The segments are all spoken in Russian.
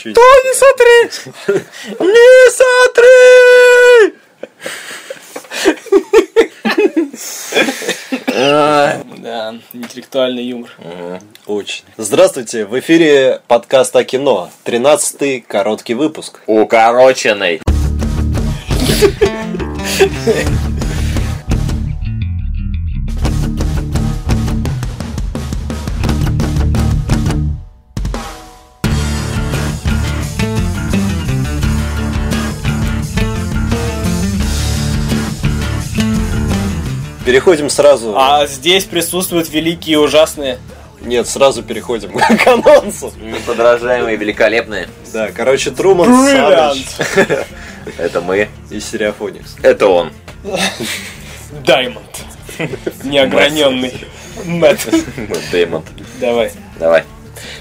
Что не смотри! Не смотри! Да, интеллектуальный юмор. Очень. Здравствуйте, в эфире подкаст о кино. 13 короткий выпуск. Укороченный. Переходим сразу... А здесь присутствуют великие и ужасные. Нет, сразу переходим к анонсу. Неподражаемые, великолепные. Да, короче, Труман, Brilliant. Саныч Это мы. и Стереофоникс. Это он. Даймонд. Неограненный. Мэтт. Дэймонд. Давай. Давай.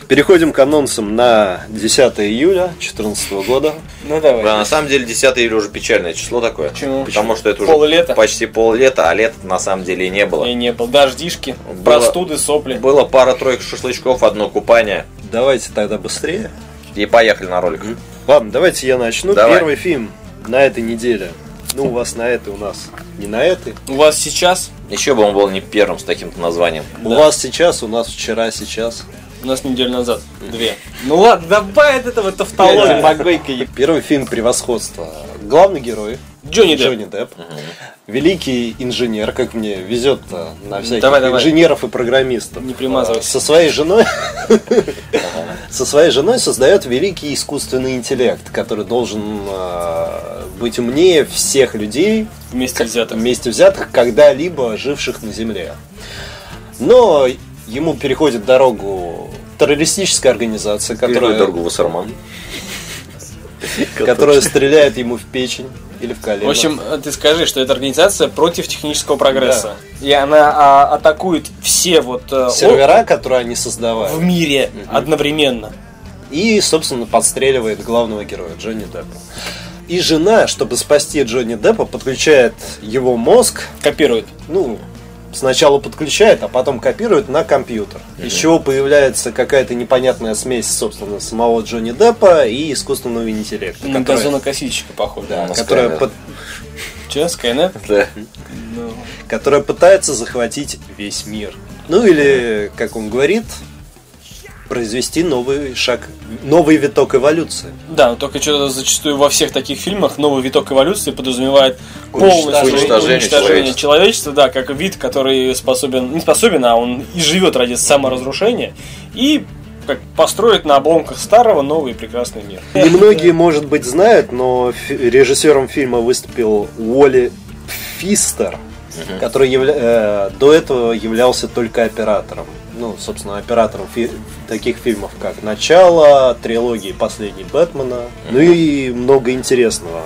Переходим к анонсам на 10 июля 2014 года. Ну давай. Да, на самом деле 10 июля уже печальное число такое. Почему? Потому что это уже Пол-лета? почти поллета, а лет на самом деле и не было. И не был. Дождишки, Было. простуды, сопли. Было пара-тройка шашлычков, одно купание. Давайте тогда быстрее. И поехали на ролик. Ладно, давайте я начну. Давай. Первый фильм на этой неделе. Ну, у вас на этой, у нас не на этой. У вас сейчас? Еще бы он был не первым с таким-то названием. У вас сейчас, у нас вчера, сейчас. У нас неделю назад. Две. Ну ладно, давай от этого Я тавтологии. тебя Погойка. Первый фильм «Превосходство». Главный герой Джонни Депп. Джонни Депп. Великий инженер, как мне везет на всяких Давай, давай. инженеров и программистов. Не примазывайся. Со своей женой... Со своей женой создает великий искусственный интеллект, который должен э, быть умнее всех людей, Вместе взятых. вместе взятых, когда-либо живших на Земле. Но ему переходит дорогу террористическая организация, Которую которая, дорогу Вассерман. которая стреляет ему в печень или в колено. В общем, э, ты скажи, что это организация против технического прогресса. И она а, атакует все вот э, сервера, которые они о- в создавали. мире одновременно. И, собственно, подстреливает главного героя Джонни Деппа. И жена, чтобы спасти Джонни Деппа, подключает его мозг, Копирует. ну, сначала подключает, а потом копирует на компьютер. Из чего появляется какая-то непонятная смесь, собственно, самого Джонни Деппа и искусственного интеллекта. На которая- газонокосильщика похоже. да, на которая, Skynet. пыт- Че, Скайнет? Да. которая пытается захватить весь мир. Ну или, как он говорит, произвести новый шаг, новый виток эволюции. Да, но только что зачастую во всех таких фильмах новый виток эволюции подразумевает полностью Уничтожение уничтожение человечества. человечества, да, как вид, который способен, не способен, а он и живет ради саморазрушения, и как построит на обломках старого новый прекрасный мир. Немногие, может быть, знают, но фи- режиссером фильма выступил Уолли Фистер, который явля- э, до этого являлся только оператором. Ну, собственно, оператором фи- таких фильмов, как «Начало», трилогии «Последний Бэтмена», ну и много интересного.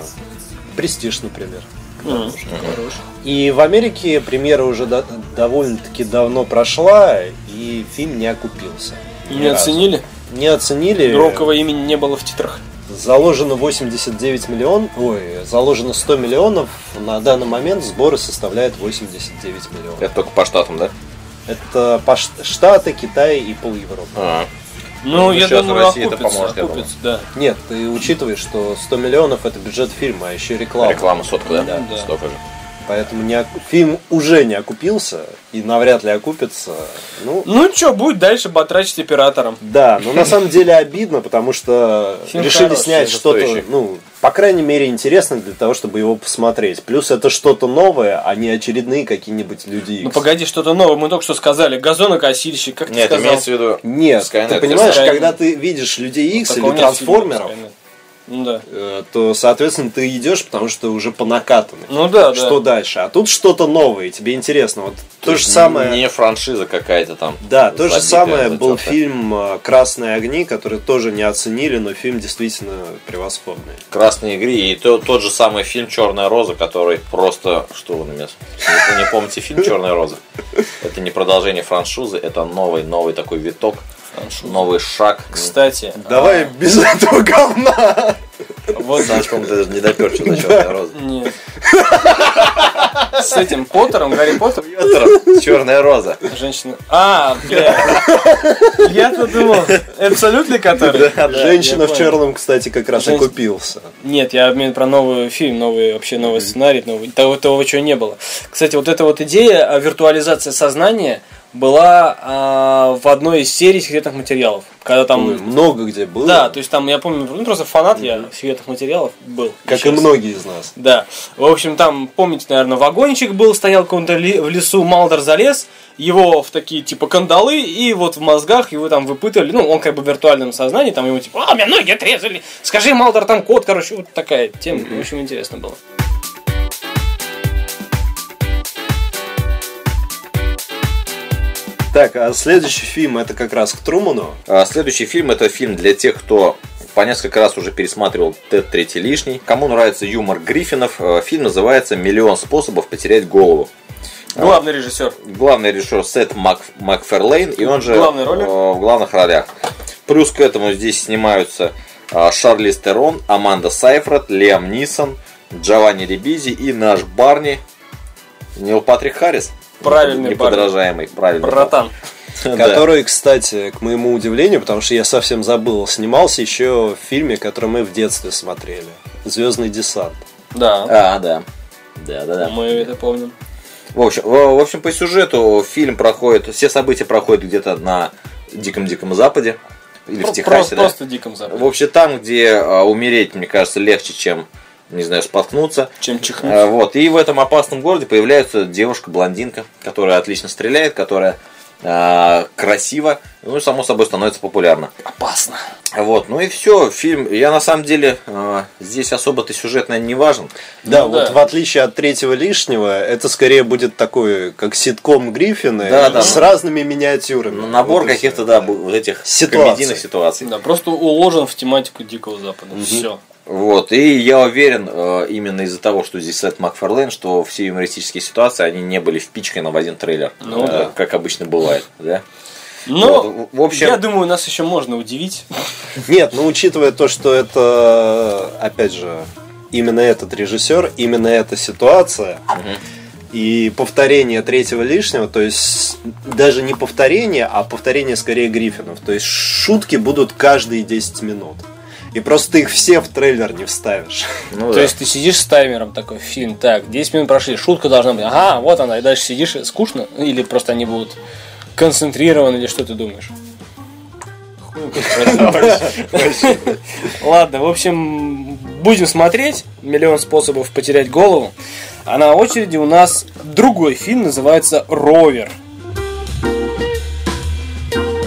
«Престиж», например. Мгм. И в Америке премьера уже до- довольно-таки давно прошла, и фильм не окупился. Не оценили? Не Э, оценили. Громкого имени не было в титрах. Заложено 89 миллион, ой, заложено 100 миллионов, на данный момент сборы составляют 89 миллионов. Это только по штатам, да? Это по Ш- Штаты, Китай и пол Европы. А. Ну, Ну, я сейчас думаю, России это окупится, поможет, я окупится, да. Нет, ты учитываешь, что 100 миллионов это бюджет фильма, а еще реклама. Реклама сотка, да? Да. Столько же. Поэтому не оку- фильм уже не окупился и навряд ли окупится. Ну, Ну чё, будет дальше батрачить оператором. да, но на самом деле обидно, потому что Фильм решили хороший, снять что-то, стоящий. ну, по крайней мере, интересное для того, чтобы его посмотреть. Плюс это что-то новое, а не очередные какие-нибудь люди. Ну Икс. погоди, что-то новое. Мы только что сказали. Газонокосильщик, как Нет, ты сказал? имеется в виду... Нет, Skynet. ты понимаешь, Skynet. когда ты видишь людей Икс или Такого нет трансформеров, фильма, Ну да. э, то, соответственно, ты идешь, потому что уже по накатанной. Ну да, что да. дальше? А тут что-то новое, тебе интересно. Вот то, же есть самое. Не франшиза какая-то там. Да, то же забитая, самое был затертая. фильм э, «Красные огни», который тоже не оценили, но фильм действительно превосходный. Красные игры и то- тот же самый фильм Черная роза, который просто. Что вы на меня смотрите? Вы не помните фильм Черная роза? Это не продолжение франшизы, это новый, новый такой виток, новый шаг. Кстати, Давай без этого говна! вот Сашком даже не допер, что за черная роза. Нет. С этим Поттером, Гарри Поттером. Черная роза. Женщина. А, бля. Я-то думал, абсолютный который. Женщина я в понял. черном, кстати, как раз Жесть. окупился. Нет, я имею про новый фильм, новый вообще новый сценарий, новый, того, того, чего не было. Кстати, вот эта вот идея о виртуализации сознания была а, в одной из серий секретных материалов. Когда там. М, Ну, Много где было. Да, то есть там, я помню, ну, просто фанат я секретных материалов был. Как и Сейчас. многие из нас. Да. В общем, там, помните, наверное, вагончик был, стоял какой-то ли- в лесу, Малдер залез, его в такие, типа, кандалы, и вот в мозгах его там выпытывали, ну, он как бы в виртуальном сознании, там ему типа, а, у меня ноги отрезали, скажи, Малдер, там кот, короче, вот такая тема, в общем, интересно было. Так, а следующий фильм это как раз к Труману. А, Следующий фильм это фильм для тех, кто по несколько раз уже пересматривал Т третий лишний. Кому нравится юмор Гриффинов, э, фильм называется «Миллион способов потерять голову». Главный режиссер. А Главный режиссер Сет Мак, Макферлейн, и он же Главной роли? э, в главных ролях. Плюс к этому здесь снимаются э, Шарлиз Терон, Аманда Сайфред, Лиам Нисон, Джованни Рибизи и наш Барни Нил Патрик Харрис. Правильный Неподражаемый, правильный. Братан. Да. Который, кстати, к моему удивлению, потому что я совсем забыл, снимался еще в фильме, который мы в детстве смотрели. Звездный десант. Да. А, да. Да, да, да. Мы это помним. В общем, в, в общем, по сюжету фильм проходит, все события проходят где-то на диком-диком западе или в Про- Техасе, просто, да. просто диком В западе. общем, там, где а, умереть, мне кажется, легче, чем, не знаю, споткнуться. Чем чихнуть. А, вот. И в этом опасном городе появляется девушка-блондинка, которая отлично стреляет, которая а, красива, ну и само собой становится популярна. Опасно. Вот, ну и все, фильм, я на самом деле, а, здесь особо-то сюжет, наверное, не важен. Да, Ну вот да. в отличие от третьего лишнего, это скорее будет такой, как ситком Гриффина Да, да. с разными миниатюрами. Ну, Набор Вот и всё. каких-то, да, бу- вот этих э, Ситуаций. комедийных ситуаций. Да, просто уложен в тематику Дикого Запада. Все. Вот, и я уверен, э, именно из-за того, что здесь Сет Макфарлейн, что все юмористические ситуации, они не были впичканы в один трейлер, Ну э, да. как обычно бывает, да? Но, Вот, Ну, в- в общем- я думаю, нас еще можно удивить. Нет, ну учитывая то, что это, опять же, именно этот режиссер, именно эта ситуация и повторение третьего лишнего, то есть даже не повторение, а повторение скорее Гриффинов. То есть шутки будут каждые 10 минут. И просто ты их все в трейлер не вставишь. Ну То да. есть ты сидишь с таймером такой, фильм, так, 10 минут прошли, шутка должна быть, ага, вот она, и дальше сидишь, и скучно, или просто они будут концентрированы, или что ты думаешь? Хуй его знает. Ладно, в общем, будем смотреть «Миллион способов потерять голову». А на очереди у нас другой фильм, называется «Ровер».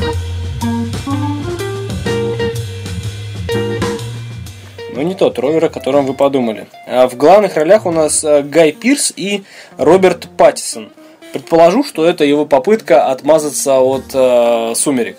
но Ну, не тот ровер, о котором вы подумали. А В главных ролях у нас э, Гай Пирс и Роберт Паттисон. Предположу, что это его попытка отмазаться от э, сумерек.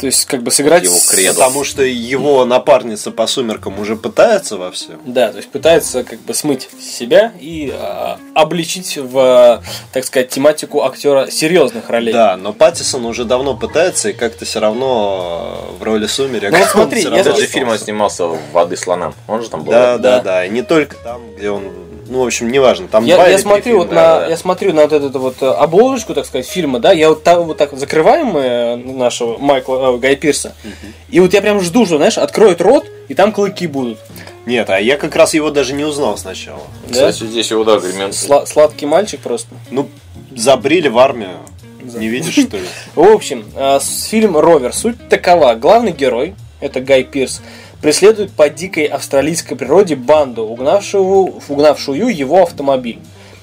То есть, как бы сыграть Его с- кредо. Потому что его напарница по сумеркам уже пытается во всем. Да, то есть пытается как бы смыть себя и э, обличить в, э, так сказать, тематику актера серьезных ролей. Да, но Паттисон уже давно пытается и как-то все равно э, в роли сумерек. Ну вот он смотри, всё я равно Этот же остался. фильм он снимался в «Воды слонам», он же там был. Да, да, Да. да, И не только там, где он. Ну, в общем, неважно. Там Я, два я или три смотрю вот фильма. на, да. я смотрю на вот эту вот э, обложечку, так сказать, фильма, да, я вот так вот так вот закрываем мы нашего Майкла э, Гай Пирса, и вот я прям жду, что, знаешь, откроет рот, и там клыки будут. Нет, а я как раз его даже не узнал сначала. Да? Кстати, здесь его, да, Гримен- Сла- сладкий мальчик просто. Ну, забрили в армию. Не видишь, что ли? В общем, э, с- фильм «Ровер». Суть такова. Главный герой, это Гай Пирс, преследует по дикой австралийской природе банду, угнавшую, угнавшую его автомобиль.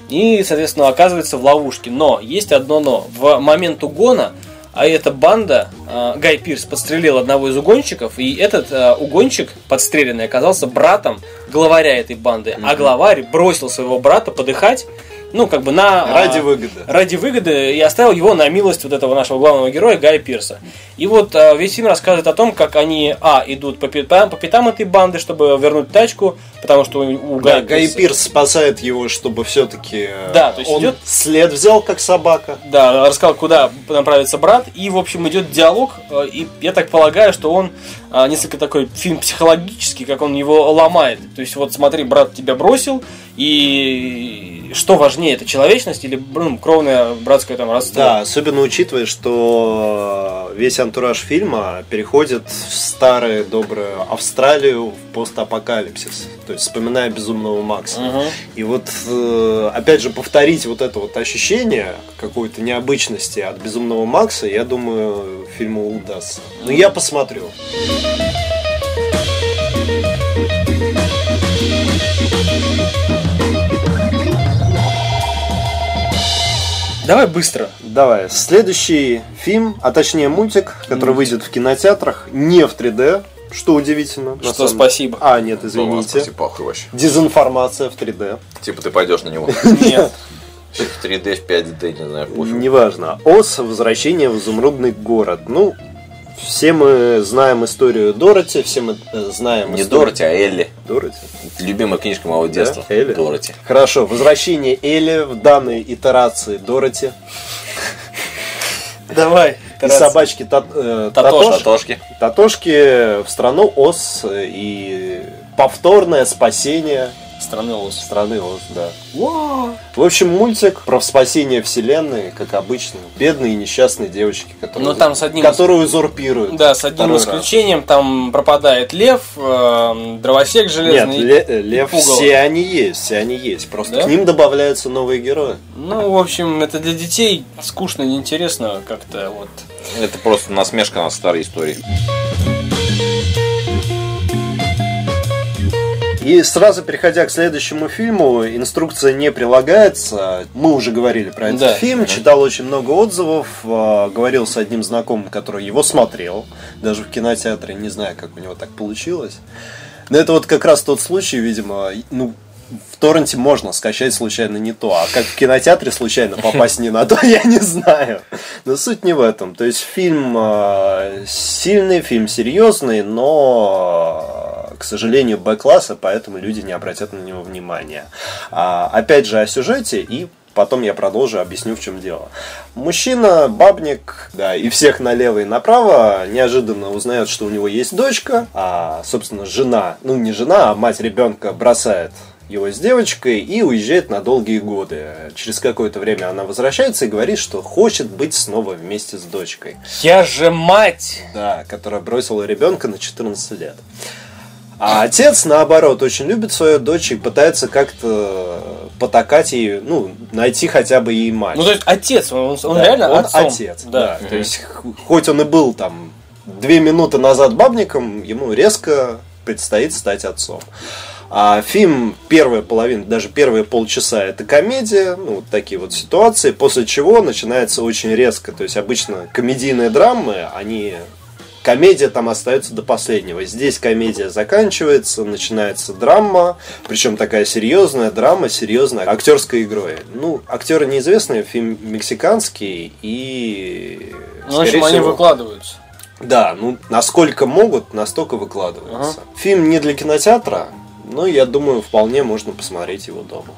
И, соответственно, оказывается в ловушке. Но, есть одно но. В момент угона, а эта банда, э, Гай Пирс подстрелил одного из угонщиков, и этот э, угонщик, подстреленный, оказался братом главаря этой банды. А главарь бросил своего брата подыхать, ну, как бы на... э, Ради выгоды. ради выгоды и оставил его на милость вот этого нашего главного героя Гая Пирса. И вот э, весь фильм рассказывает о том, как они, а, идут по пятам, по пятам этой банды, чтобы вернуть тачку, потому что у, у Да, Гая Гай Пирса- Пирс спасает его, чтобы все-таки Да, то есть он идет- след взял, как собака. Да, рассказал, куда направится брат, и, в общем, идет диалог, э, и я так полагаю, что он э, несколько такой фильм психологический, как он его ломает. То есть, вот смотри, брат тебя бросил, и что важнее, это человечность или ну, кровное братское там родство? Да, особенно учитывая, что э, весь антураж фильма переходит в старую добрую Австралию в постапокалипсис. То есть вспоминая безумного Макса. Мгм. И вот, э, опять же, повторить вот это вот ощущение какой-то необычности от «Безумного Макса», я думаю, фильму удастся. Но я посмотрю. Давай быстро. Давай, следующий фильм, а точнее мультик, который выйдет в кинотеатрах, не в 3D, что удивительно. на Что самом- спасибо. А, нет, Дома, извините. спасибо, похуй вообще. Дезинформация в 3D. Типа ты пойдешь на него. Нет. В 3D, в 5D, не знаю, пофиг. Неважно. Оз. Возвращение в изумрудный город. Ну, все мы знаем историю Дороти, все мы э, знаем Не историю- Дороти, а Элли. Дороти. Любимая книжка моего детства. Элли. Дороти. Хорошо, возвращение Элли в данной итерации Дороти. Давай. И Тарас. собачки Тат- э, Татошки. Татоша. Шатошки. Татошки в страну Оз и повторное спасение Страны Оз. страны Оз, да. В общем, мультик про спасение вселенной, как обычно. Бедные и несчастные девочки, которые, Ну, там с одним из- которые узурпируют. Да, с одним второй исключением, там пропадает лев, эм, дровосек раз. Нет, железный. ле- э, Лев, пугало. все они есть, все они есть. Просто Да? к ним добавляются новые герои. Ну, в общем, это для детей скучно, неинтересно как-то вот. Это просто насмешка на старые истории. И сразу переходя к следующему фильму, инструкция не прилагается. Мы уже говорили про этот Да. фильм, читал очень много отзывов, э, говорил с одним знакомым, который его смотрел, даже в кинотеатре, не знаю, как у него так получилось. Но это вот как раз тот случай, видимо, и- ну, в торренте можно скачать случайно не то, а как в кинотеатре случайно попасть не на то, я не знаю. Но суть не в этом. То есть фильм э, сильный, фильм серьезный, но, э, к сожалению, Б-класса, поэтому люди не обратят на него внимания. А, опять же о сюжете и Потом я продолжу, объясню, в чем дело. Мужчина, бабник, да, и всех налево и направо неожиданно узнает, что у него есть дочка, а, собственно, жена, ну не жена, а мать ребенка бросает его с девочкой и уезжает на долгие годы. Через какое-то время она возвращается и говорит, что хочет быть снова вместе с дочкой. Я же мать! Да, которая бросила ребенка на 14 лет. А отец, наоборот, очень любит свою дочь и пытается как-то потакать ей, ну, найти хотя бы ей мать. Ну, то есть отец, он, он Да, реально он отцом. отец, да. То есть, х- хоть он и был там две минуты назад бабником, ему резко предстоит стать отцом. А фильм первая половина, даже первые полчаса это комедия, ну вот такие вот ситуации, после чего начинается очень резко. То есть обычно комедийные драмы, они комедия там остается до последнего. Здесь комедия заканчивается, начинается драма, причем такая серьезная драма, с серьезной актерской игрой. Ну, актеры неизвестные, фильм мексиканский и... Ну, в общем, скорее они всего, выкладываются. Да, ну, насколько могут, настолько выкладываются. Фильм не для кинотеатра, но я думаю, вполне можно посмотреть его дома.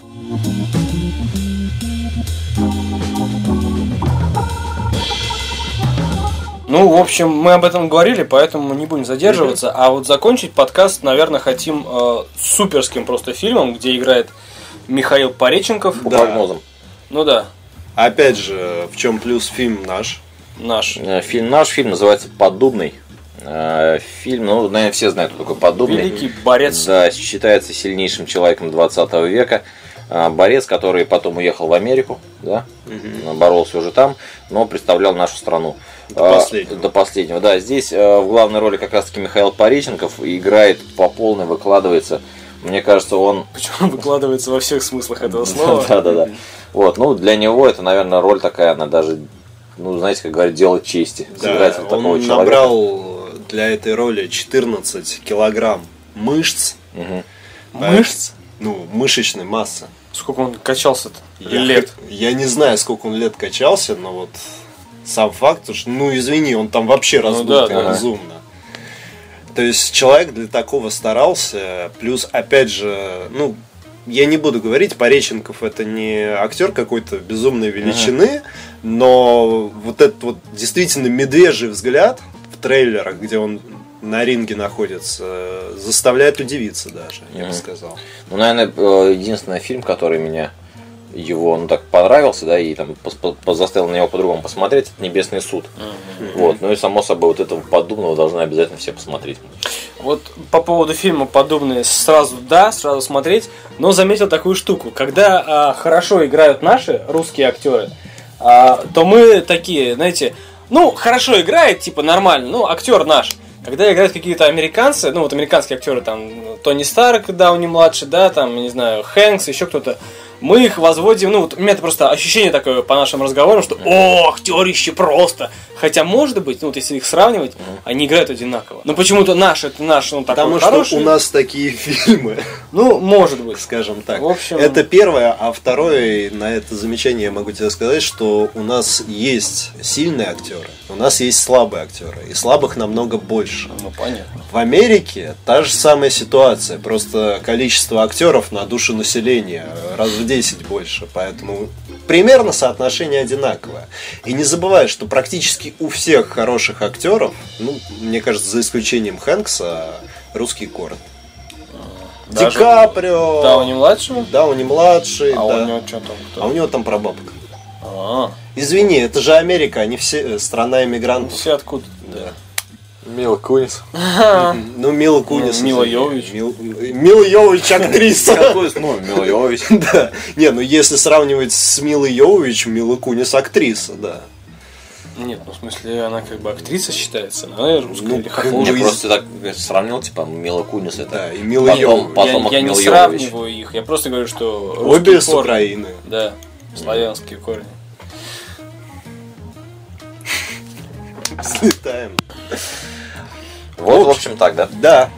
Ну, в общем, мы об этом говорили, поэтому не будем задерживаться. А вот закончить подкаст, наверное, хотим э, суперским просто фильмом, где играет Михаил Пореченков. По Да. прогнозам. Ну да, Опять же, в чем плюс фильм наш? наш. Э, Фильм, наш фильм называется «Поддубный». Э, Фильм, ну, наверное, все знают, кто такой «Поддубный». Великий борец. Да, считается сильнейшим человеком 20 века. А, Борец, который потом уехал в Америку, да, боролся уже там, но представлял нашу страну. До А, последнего. До последнего, да. Здесь э, в главной роли как раз-таки Михаил Пореченков и играет по полной, выкладывается. Мне кажется, он... Почему он выкладывается во всех смыслах этого слова? Да-да-да. Вот, ну, для него это, наверное, роль такая, она даже, ну, знаете, как говорят, дело чести. Сыграть вот он такого человека. набрал для этой роли 14 килограмм мышц. Мгм. Мышц? Ну, мышечной массы. Сколько он качался-то? Я- Лет. Я не знаю, сколько он лет качался, но вот сам факт уж, ну извини, он там вообще раздутый да, да. безумно. То есть человек для такого старался, плюс опять же, ну я не буду говорить, Пореченков это не актер какой-то безумной величины, но вот этот вот действительно медвежий взгляд в трейлерах, где он на ринге находится, э, заставляет удивиться даже, я бы Мгм. сказал. Ну, наверное, э, единственный фильм, который меня его, ну так, понравился, да, и там пос- по- по- заставил на него по-другому посмотреть, это «Небесный суд». Вот, ну и само собой вот этого подобного должны обязательно все посмотреть. Вот по поводу фильма подобные сразу да, сразу смотреть, но заметил такую штуку. Когда а, хорошо играют наши русские актеры, а, то мы такие, знаете, ну, хорошо играет, типа нормально, ну, актер наш. Когда играют какие-то американцы, ну, вот американские актеры, там, Тони Старк, Дауни младший, да, там, не знаю, Хэнкс, еще кто-то, мы их возводим, ну, вот у меня это просто ощущение такое по нашим разговорам, что, о, актерище просто. Хотя, может быть, ну, вот если их сравнивать, они играют одинаково. Но почему-то наш, это наш, ну, такой Потому что хороший. у нас такие фильмы, Ну, может быть. скажем так. В общем- Это первое, а второе, и на это замечание я могу тебе сказать, что у нас есть сильные актеры, у нас есть слабые актеры, и слабых намного больше. Ну, понятно. В Америке та же самая ситуация, просто количество актеров на душу населения раз в 10 больше, поэтому примерно соотношение одинаковое. И не забывай, что практически у всех хороших актеров, ну, мне кажется, за исключением Хэнкса, русский корни. Ди Даже Каприо, Да, у него младшего? Дауни младший, А да. у него что там? Кто? а у него там прабабка. А, Извини, это же Америка, они все э, страна иммигрантов. все откуда? Мила Кунис. Ну, Мила Кунис. Мила извини. Йовович. Мил- Мила Йовович, актриса. Ну, Мила Йовович. Да. Не, ну если сравнивать с Милой Йовович, Мила Кунис актриса, да. Нет, ну в смысле, она как бы актриса считается, но она русская Ну, или как хохлова. бы, Я Луис. просто так сравнил, типа, Мила Кунис это. Да, и Мила Потом, Йовович. Я- потомок я, не Мила Йовович. сравниваю их, я просто говорю, что русские Обе с корни. Украины. Да, славянские корни. Слетаем. Вот, в общем, так, да. Да.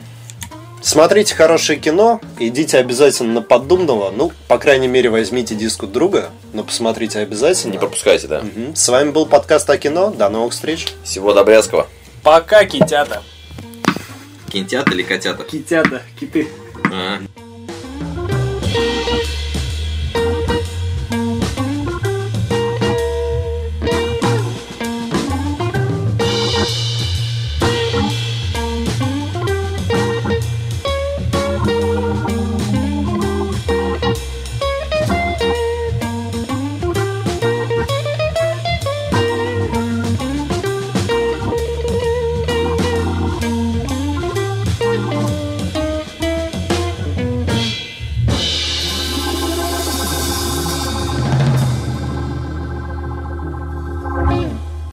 Смотрите хорошее кино, идите обязательно на поддумного. Ну, по крайней мере, возьмите диск от друга, но посмотрите обязательно. Не пропускайте, да. Мгм. С вами был подкаст о кино. До новых встреч. Всего добряцкого. Пока, китята. Кинтят или котята? Китята, киты. Thank you.